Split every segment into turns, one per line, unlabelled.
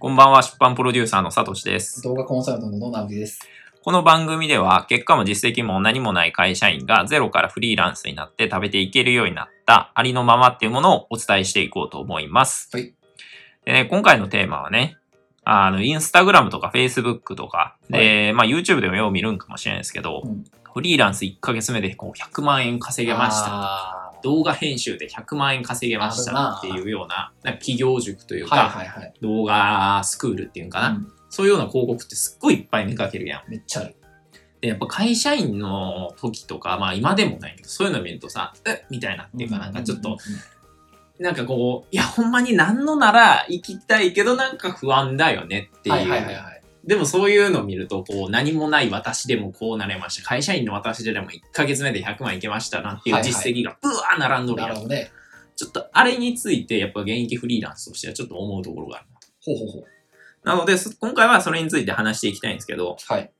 こんばんは、出版プロデューサーのサトシです。
動画コンサルタントの野直樹です。
この番組では、結果も実績も何もない会社員がゼロからフリーランスになって食べていけるようになったありのままっていうものをお伝えしていこうと思います。
はい
でね今回のテーマはね、あの、インスタグラムとかフェイスブックとか、で、まあ YouTube でもよう見るんかもしれないですけど、
うん
フリーランス1ヶ月目でこう100万円稼げました。
た。
動画編集で100万円稼げましたっていうような、なんか企業塾というか、
はいはいはい。
動画スクールっていうんかな、
うん
そういうような広告ってすっごいいっぱい見かけるやん。
めっちゃある。
で、やっぱ会社員の時とか、まあ今でもないけど、そういうの見るとさ、えみたいなっていうか、なんかちょっ
うん
と、
うんうん
なんかこう、いや、ほんまに何のなら行きたいけど、なんか不安だよねっていう。
はいはいはいはい。
でもそういうの見ると、こう、何もない私でもこうなれました。会社員の私でも1ヶ月目で100万いけましたなっていう実績が、ブワー並んどるや。
なんるほどね。
ちょっとあれについて、やっぱ現役フリーランスとしてはちょっと思うところがある。
ほうほうほう。
なので、そ今回はそれについて話していきたいんですけど、
はい。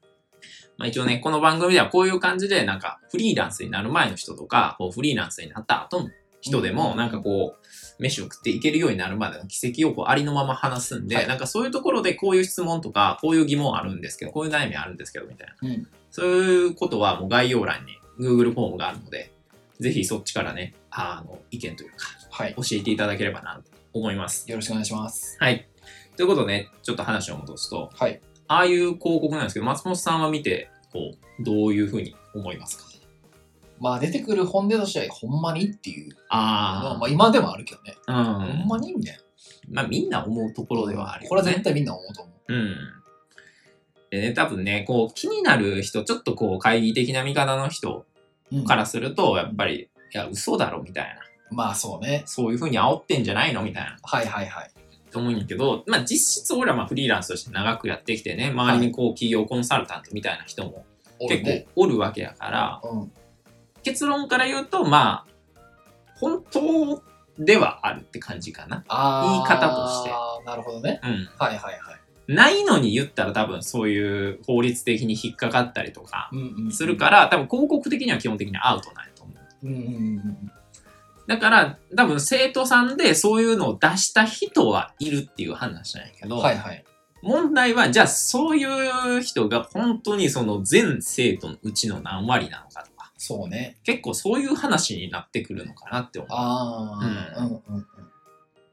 まあ、一応ね、この番組ではこういう感じで、なんか、フリーランスになる前の人とか、こうフリーランスになった後の人で
う
も、
ん
なんかこう、飯を食っていけるようになるまでの奇跡をこうありのまま話すんで、
はい
なんかそういうところでこういう質問とか、こういう疑問あるんですけど、こういう悩みあるんですけど、みたいな。
うん。
そういうことはもう概要欄に Google フォームがあるので、ぜひそっちからね、あの、意見というか、
はい。
教えていただければなと思います。
よろしくお願いします。
はい。ということでね、ちょっと話を戻すと、
はい。
ああいう広告なんですけど、松本さんは見て、こう、どういうふうに思いますか
まあ出てくる本音としては、ほんまにっていうのは、
あ
まあ今でもあるけどね。
あ、う
ほん
ん。
まにみたい
ま
な。
あ、みんな思うところではあるよね。
これは絶対みんな思うと思う。
うん。でね、多分ね、こう、気になる人、ちょっとこう、懐疑的な見方の人
うん
からすると、やっぱり、いや、嘘だろ、みたいな。
まあそうね。
そういうふうに煽ってんじゃないのみたいな。
はいはいはい。
と思うんやけど、まあ、実質俺はまあフリーランスとして長くやってきてね、周りにこう、企業コンサルタントみたいな人も
おる
結
ね
構おるわけやから、
うん。
結論から言うと、まあ、本当ではあるって感じかな。
あー
言い方として。
なるほどね。
うん。
はいはいはい。
ないのに言ったら多分そういう法律的に引っかかったりとか
うんうんうん。
するから、多分広告的には基本的にアウトなんやと思う。
うんうんうん
だから、多分生徒さんでそういうのを出した人はいるっていう話なんやけ
う
ど、
ん。はいはい。
問題は、じゃあそういう人が本当にその全生徒のうちの何割なのかとか、
そうね。
結構そういう話になってくるのかなって思う。
ああ。
う
うんうんうん。
も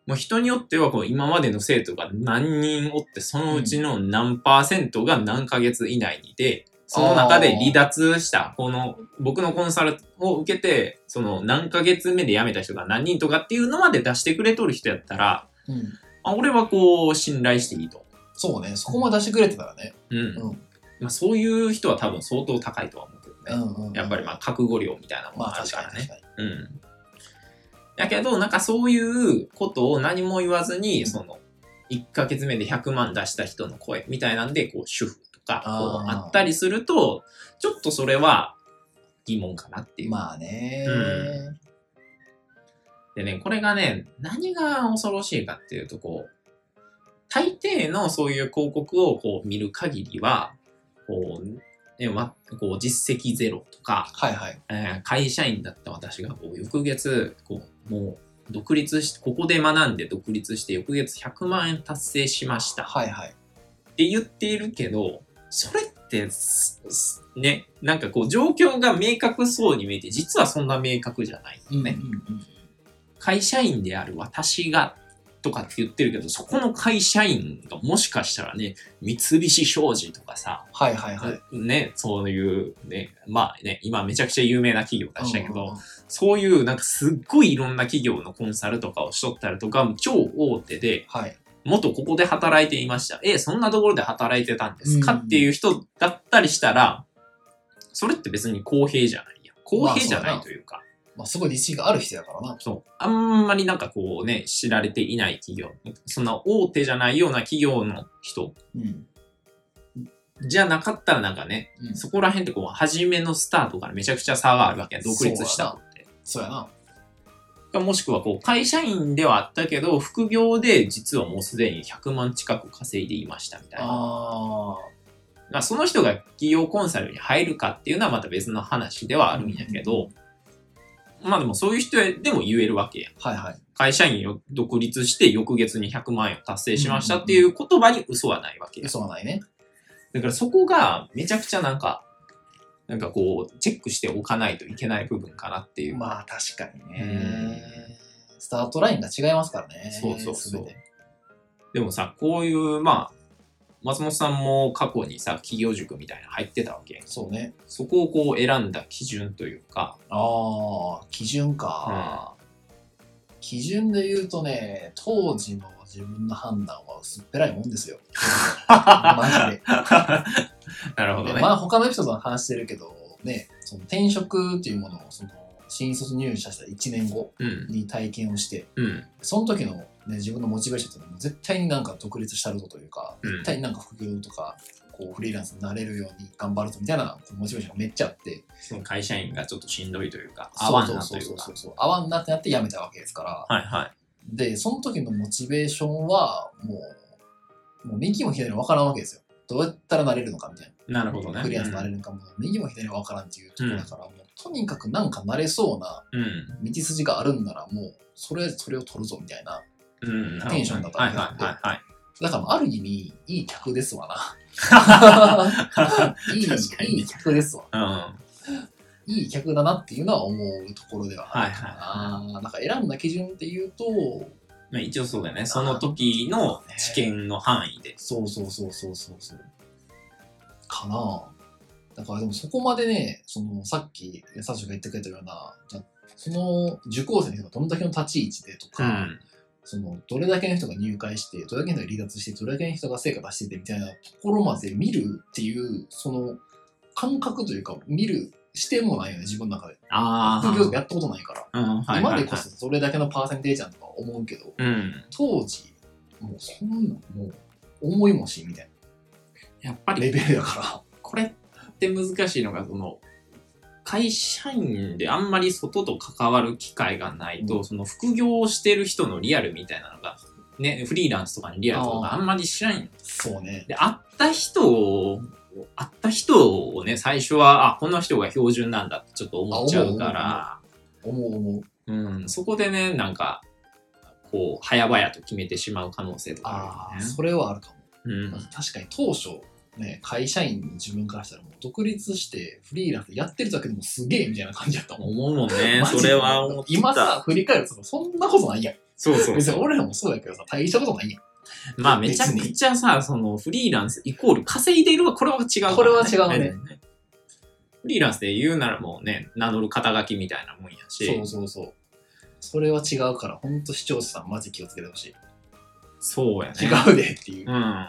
う人によってはこう今までの生徒が何人おってそのうちの何パーセントが何ヶ月以内にでその中で離脱したこの僕のコンサルを受けてその何ヶ月目で辞めた人が何人とかっていうのまで出してくれとる人やったら
うん。
あ俺はこう信頼していいと、
そうね、そこまで出してくれてたらね。
うん
うん。
まあ、そういう人は多分相当高いとは思うけ
う
どね、
んうんうん、
やっぱりまあ覚悟量みたいなもの
まあ
がある
確
か
から
ね
に確かに。
うん。だけど、なんかそういうことを何も言わずに、その、1ヶ月目で100万出した人の声みたいなんで、こう、主婦とか、こう、
あ
あ
ー
ったりすると、ちょっとそれは疑問かなっていう。
まあね、
うでね、これがね、何が恐ろしいかっていうと、こう、大抵のそういう広告をこう見る限りは、こう、ね、わこう実績ゼロとか、
はいはい。
えー会社員だった私がこう翌月こうもう独立してここで学んで独立して翌月100万円達成しましたっ
はいはい。
て言っているけどそれってすすねなんかこう状況が明確そうに見えて実はそんな明確じゃないよね、
うんうん
会社員である私がとかって言ってるけどそこの会社員がもしかしたらね三菱商事とかさ
はいはいはい。
ねそういうねまあね今めちゃくちゃ有名な企業出したけど、
うんうんうん
そういう、なんかすっごいいろんな企業のコンサルとかをしとったりとか、超大手で、
はい。
元ここで働いていました。え、そんなところで働いてたんですか、
うん
っていう人だったりしたら、それって別に公平じゃないやん。公平じゃないというか、
まあすごい自信がある人やからな。
そう。あんまりなんかこうね、知られていない企業、そんな大手じゃないような企業の人
うん。
じゃなかったらなんかね、
うん、そ
そこら辺ってこう、初めのスタートからめちゃくちゃ差があるわけやん。独立したのって。
そうやな。
もしくはこう会社員ではあったけど副業で実はもうすでに100万近く稼いでいましたみたいな
あ
まあ、その人が企業コンサルに入るかっていうのはまた別の話ではあるんやけど、まあでもそういう人でも言えるわけやん。
はいはい。
会社員を独立して翌月に100万円を達成しましたっていう言葉に嘘はないわけやん。
嘘はないね。
だからそこがめちゃくちゃなんか、なんかこう、チェックしておかないといけない部分かなっていう。
まあ確かにね。スタートラインが違いますからね。
そうそうそう
全て
でもさ、こういう、まあ、松本さんも過去にさ、企業塾みたいなの入ってたわけやん。
そうね。
そこをこう選んだ基準というか、
ああ、基準か、基準で言うとね、当時の自分の判断は薄っぺらいもんで すよ。マジで。
なるほどね。
まあ他のエピソードは話してるけど、ね、その転職っていうものをその新卒入社した1年後
うん、
に体験をして、
うん、
その時の、ね、自分のモチベーションっていうのは絶対になんか独立したるぞというか、
うん
絶対になんか副業とか、こうフリーランスになれるように頑張るぞみたいなこうモチベーションがめっちゃあって、
その会社員がちょっとしんどいというか、合わんなと
そ
いうう
そう
か
そう。そう、合わんなってなって辞めたわけですから、
はいはい。
で、その時のモチベーションは、もう、もう右も左も分からんわけですよ。どうやったらなれるのかみたい
なるほど
な。
ね。
クリアになれ
る。
るのかも、右も左も分からんっていうところだから、もうとにかくなんかなれそうな
うん。
道筋があるんなら、もう、それ、それを取るぞみたいな。
うん、
テンションだった
は
わ
い
けなん
はい
で
はいはい。
だから、ある意味、いい客です わ
確
な。いい、
確かに
いい客ですわ。
うん。はい
いい客だなっていうのは思うところではあ
はい
るか
は
な。なんか選んだ基準っていうと、
い。まあ、一応そうだよね。その時の知見の範囲で。
そうそうそうそうそうそう。かなあだからでもそこまでね、そのさっき、サッショが言ってくれたような、じゃその受講生の人がどんだけの立ち位置でと
う
か、
ん。
そのどれだけの人が入会して、どれだけの人が離脱して、どれだけの人が成果出しててみたいなところまで見るっていう、その感覚というか、見る視点もないよね、自分の中で。
ああ。
副業とかやったことないから。
うん、はいはい、
今
はい。
でこそどれだけのパーセンテージなんとか思うけど、
うん。
当時、もうそんな、もう思いもしんみたいな。
やっぱ
レ
り、
ベルやか
これって難しいのが、その、会社員であんまり外と関わる機会がないと、
うん
その副業をしてる人のリアルみたいなのが、ね、フリーランスとかにリアルとかあんまり知らん
ら。そうね。
で、会った人を、会った人をね、最初は、あ、この人が標準なんだってちょっと思っちゃうから、
思う思う。
うん、そこでね、なんか、こう、早々と決めてしまう可能性とかあ
ああ、
るよね。
それはあるかも。
うん、
確かに当初、ね、会社員の自分からしたらもう独立してフリーランスやってるだけでもすげえみたいな感じやったもん。
思うもんね、
マジ
そ
で
れは思った。
今さ、振り返るとそんなことないやん。
そうそう
別に
そう。
俺らもそうやけどさ、大したことないやん。
まあ、めちゃくちゃさ、その、フリーランスイコール稼いでいるは、これは違うから、
これは違うね
全然フリーランスで言うならもうね、名乗る肩書きみたいなもんやし、
そうそうそう。それは違うから、ほんと視聴者さんマジ気をつけてほしい。
そうやね。
違うでっていう。
うん。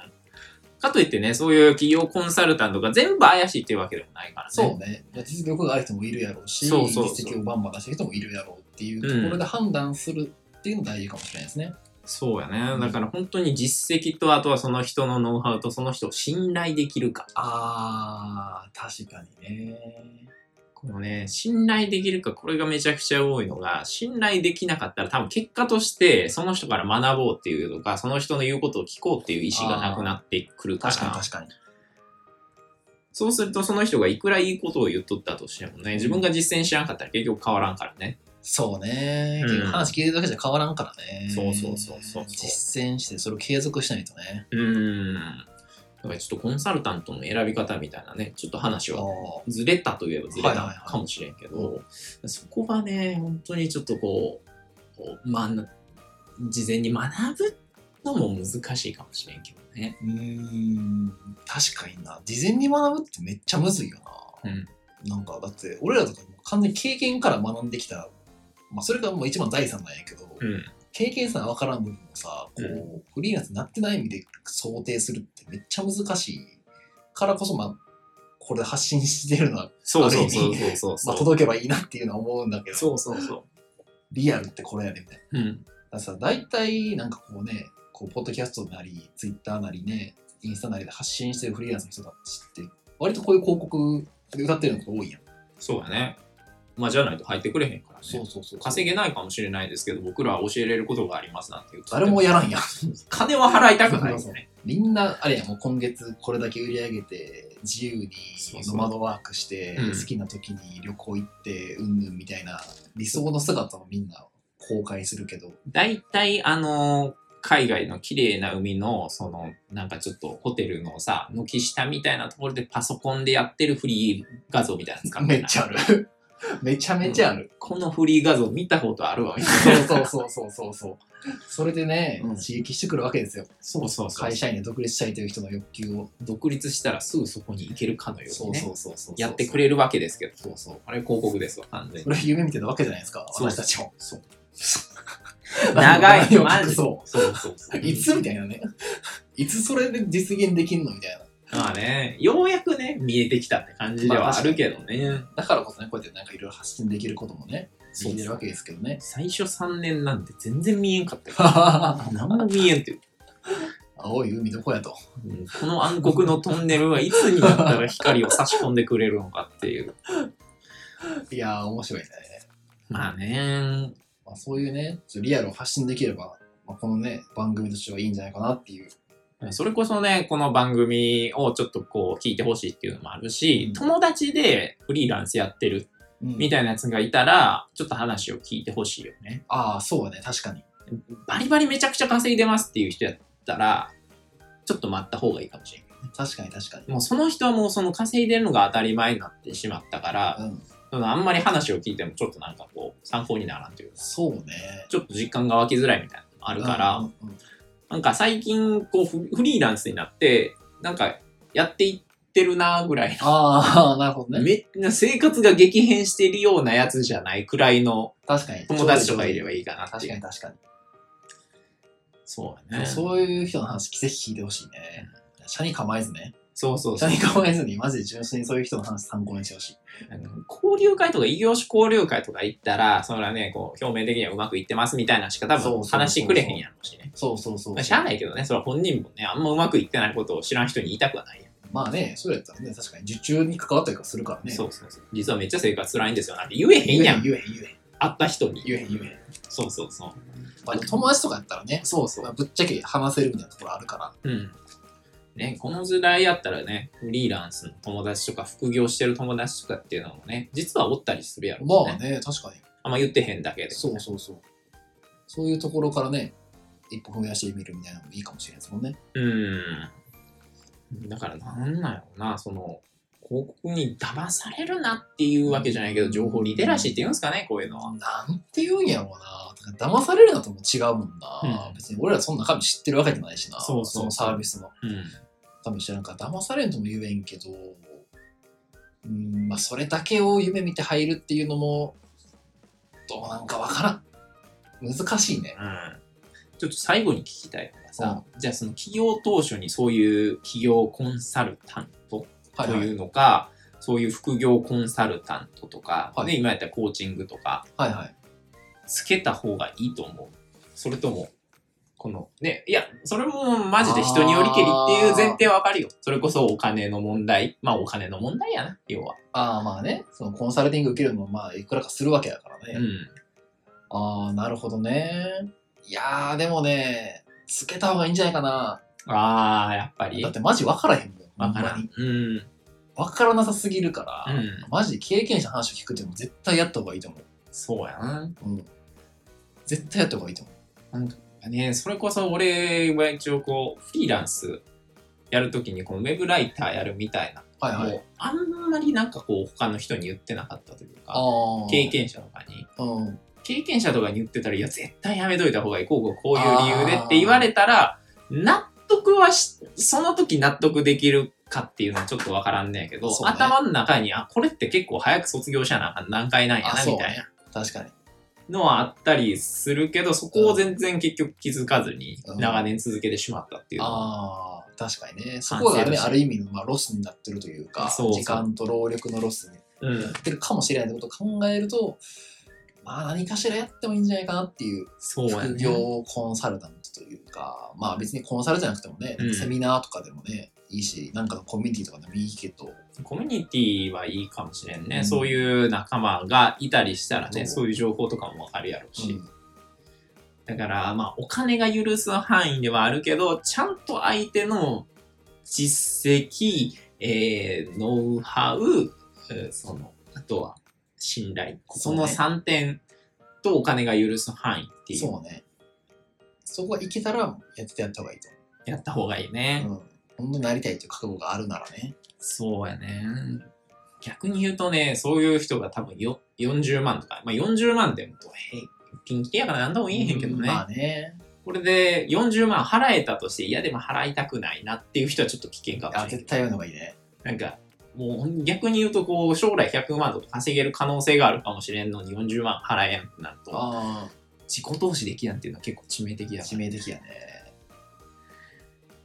かといってね、そういう企業コンサルタントが全部怪しいっていうわけでもないからね。
そうね。実力がある人もいるやろうし、
そうそうそう
実績をバンバン出してる人もいるやろうっていうところで判断するっていうのが大事かもしれないですね。
そうや
う
ね。
ん
だから本当に実績と、あとはその人のノウハウと、その人を信頼できるか。
あー、確かにね。
このね、信頼できるか、これがめちゃくちゃ多いのが、信頼できなかったら多分結果として、その人から学ぼうっていうとか、その人の言うことを聞こうっていう意思がなくなってくるから、
確かに確かに。
そうするとその人がいくらいいことを言っとったとしてもね、自分が実践しなかったら結局変わらんからね。
そうね。
うん
結局話聞いてるだけじゃ変わらんからね。
そうそうそうそう
実践して、それを継続しないとね。
うーん。だからちょっとコンサルタントの選び方みたいなね、ちょっと話
あ
は
ー
ずれたといえばずれ
はいはい
た
はい
かもしれんけど、そこはね、本当にちょっとこう、こうまあ、事前に学ぶのも難しいかもしれんけどね。
うーん、確かにな。事前に学ぶってめっちゃむずいよな。
うん
なんか、だって、俺らとかも完全に経験から学んできた、まあ、それがもう一番財産なんやけど、
うん。
経験さえ分からん部分をさこう、
う
フリーランスになってない意味で想定するってめっちゃ難しいからこそまあこれで発信してるのは、
そうそうそうそうそうそ
まあ、
う。
届けばいいなっていうのは思うんだけど
そうそうそ
リアルってこれやねみたいなだ
う。
か
うん。
らさ大体なんかこうねこうポッドキャストなりツイッターなりねインスタなりで発信してるフリーランスの人たちって割とこういう広告で歌ってるのが多いやん
そうだね。まあ、じゃないと入ってくれへんからね。
そうそうそう。
稼げないかもしれないですけど、僕らは教えれることがありますなんて言うと。
誰もやらんやん。
金は払いたくないですね。
みんな、あれや、もう今月これだけ売り上げて、自由に
そうそう
ノマドワークして、
うん
好きな時に旅行行って、うんぬんみたいな、理想の姿をみんな公開するけど、
大体、あの、海外の綺麗な海の、その、なんかちょっとホテルのさ、軒下みたいなところでパソコンでやってるフリー画像みたいなの使ってな
め
い
っちゃある。 めちゃめちゃある。
このフリー画像見たことあるわ。
そうそうそうそうそう。それでね、
うん
刺激してくるわけですよ。
そうそうそう
会。社員で独立したいという人の欲求を。
独立したらすぐそこに行けるかのよう
そ
に
う
ね。
そうそうそう。
やってくれるわけですけど、
そうそう。
あれ広告ですわ、完全
そ
に。
れ夢見てたわけじゃないですか、
そう
私たちも。
そう
何
長
を
い、
隠
マジ
そ。
そうそうそうう。
いつみたいなね。いつそれで実現できんのみたいな。
まあね、ようやくね、見えてきたって感じではあるけどね。
だからこそね、こうやってなんかいろいろ発信できることもね、で
そう
きてるわけですけ どね。
最初3年なんて全然見えんかったよ。何も
青
見えんっていう。
い海どこやと。
うんこの暗黒のトンネルはいつになったら光を差し込んでくれるのかっていう。
いやー、面白いね。
まあね、
まあ、そういうね、ちょっとリアルを発信できれば、まあ、このね、番組としてはいいんじゃないかなっていう。
それこそね、この番組をちょっとこう聞いてほしいっていうのもあるし、
うん
友達でフリーランスやってる
うん
みたいなやつがいたら、ちょっと話を聞いてほしいよね。
ああ、そうね、確かに。
バリバリめちゃくちゃ稼いでますっていう人やったら、ちょっと待った方がいいかもしれない。
確かに確かに。
もうその人はもうその稼いでるのが当たり前になってしまったから、
うん、
そのあんまり話を聞いてもちょっとなんかこう参考にならんというか、
そうね。
ちょっと実感が湧きづらいみたいなのもあ
あ
るから、
うんうん
なんか最近こうフフリーランスになって、なんかやっていってるなぐらい
ああ、 なるほど
の、
ね。
めっちゃ生活が激変してるようなやつじゃないくらいの
確かに。
友達とかいれ
ば。
ばいいかなって
確
い
か
う。
に確かに。
そうやね。
そういう人の話、奇跡聞いてほしいね。社に構えずね。
そうそうそ
社
う
に構えずに、マジで純粋にそういう人の話参考にしてほしい。
なんか交流会とか異業種交流会とか行ったら、それはね、こう表面的にはうまくいってますみたいなしか多
そうそ
分
うそうそう
話してくれへんやろうしね。
そうそうそう
まあ、しゃあないけどね、それは本人もね、あんまうまくいってないことを知らん人に言いたくはないやん
まあね、そうやったらね、確かに受注に関わったりとかするからね。。
そううそうそう。実はめっちゃ生活辛いんですよ。なんて言えへん
言え
や
へん
ん。
言えへん言えへん
会った人に。
言えへん言えへん。
そうそうそう。
まあでも友達とかやったらね、
そうそ
まあ。ぶっちゃけ話せるみたいなところあるから。
うん。ね、この時代やったらね、フリーランスの友達とか副業してる友達とかっていうのもね、実はおったりするやろうし
まあ
ね。
ね、確かに。
あんま言ってへんだけで、
そうそうそう。そういうところからね、一歩踏み出してみるみたいなのもいいかもしれないですもんね。
うん。だからなんなんやろうな、その、広告に騙されるなっていうわけじゃないけど、情報リテラシーっていうんですかね、こういうのは。
なんて言うんやろうな。だから騙されるのとも違うもんな。
うん
別に俺らその中身知ってるわけじゃないしな。
そうそうそう
のサービスの。
うん。
多分知らんから、騙されんとも言えんけど、うん、まあそれだけを夢見て入るっていうのも、どうなんかわからん。難しいね。
ちょっと最後に聞きたいのがさ、じゃあその企業当初にそういう企業コンサルタント
は
と
いはい
いうのか、そういう副業コンサルタントとか、
はい
ね、今やったらコーチングとか、
はいはい。
つけた方がいいと思う。それとも、この、ね、いや、それもマジで人によりけりっていう前提はわかるよ。それこそお金の問題。まあお金の問題やな、要は。
ああまあね、そのコンサルティング受けるのもまあいくらかするわけだからね。
うん。
ああ、なるほどね。いやー、でもね、つけた方がいいんじゃないかな。
ああ、やっぱり
だっ。てマジ分からへんもん。
わから
ほまに
ん。うん。
分からなさすぎるか
う
ら、
ん。
マジ経験者の話を聞くっていうのも絶対やった方がいいと思
そうやな。
う。うん。絶対やった方がいいと思う。
ね、それこそ俺は一応こうフリーランスやるときにこのウェブライターやるみたいな、
はいはい。
もうあんまりなんかこう他の人に言ってなかったというか
ああ。
経。験者とかに
うん。
経験者とかに言ってたらいや絶対やめといた方がいいこうこうこういう理由でって言われたら納得はしその時納得できるかっていうのはちょっとわからんねんけど、
そうね
頭の中にあこれって結構早く卒業しなあかん難解なんや
あ、
な
そう
みたい
ね
な。
確かに。
のはあったりするけどそこを全然結局気づかずに
うん
長年続けてしまったっていうのは
ああ、確かにね。そこが
反省と
ね、
して
ある意味の、まあ、ロスになってるというか、
そうそう
時間と労力のロスに
うん
なってるかもしれないってことを考えると、まあ何かしらやってもいいんじゃないかなっていう
そうや
副
ね。
業コンサルタントというか、まあ別にコンサルじゃなくてもね、
うん
セミナーとかでもね、いいし、なんかのコミュニティとかでもいいけど、
コミュニティはいいかもしれんね、
うん
そういう仲間がいたりしたらねそ
そう
ういう情報とかもわかるやろうし、
うん
だからまあお金が許す範囲ではあるけどちゃんと相手の実績、えーノウハウえーそのあとは信頼
そ
そう
ね
の3点とお金が許す範囲っていう
そうね。そこがいけたら、やってやった方がいいと
やった方がいいね、
思う。うん。本当になりたいという覚悟があるならね。
そうやね。逆に言うとね、そういう人が多分よ40万とか、まあ、40万でもと、へい、ピンキリやから何でも言えへんけど
う
ね、
まあね。
これで40万払えたとして、いやでも払いたくないなっていう人はちょっと危険かも
あ、
しれ
絶対やるのがいいね。
ない。なんか、もう逆に言うと、こう、将来100万とか稼げる可能性があるかもしれんのに40万払えんってなると、
あ
自己投資できないっていうのは結構致命的
あ、
だから。
致命的やね。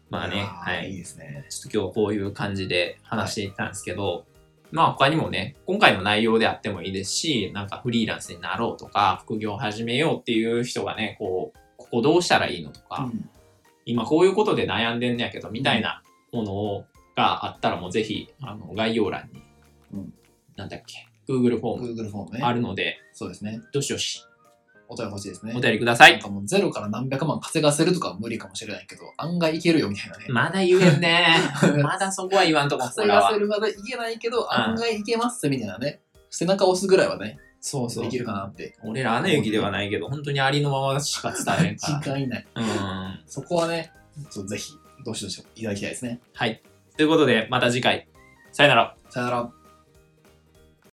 まあね、
やー
はいい
い。ですね。
ちょっと今日こういう感じで話していったんですけど、まあ他にもね、今回の内容であってもいいですし、なんかフリーランスになろうとか、副業を始めようっていう人がね、こう、ここどうしたらいいのとか、
うん
今こういうことで悩んでんねやけど、みたいなものがあったらもうぜひ、あの、概要欄に、
うん
なんだっけ、Google フォーム
Google フォームね。
あるので、
そうですね。
どしどし
お便り欲しいですね。
お便りくださ
なん
い。
かもうゼロから何百万稼がせるとかは無理かもしれないけど、案外いけるよみたいなね。
まだ言えん ね。まだそこは言わんとこ、こ
稼
れ
が
は
せ。るまでいけないけど、
ん
案外いけますみたいなね。背中押すぐらいはね、
そうそう
でき。るかなって。
俺ら穴雪ではないけど、本当にありのまましか伝えへん
時
から。
間以内。
うん。
そこはね、ちょっとぜひ、どうしどうしいただきたいですね。
はい。ということで、また次回。さよなら。
さよなら。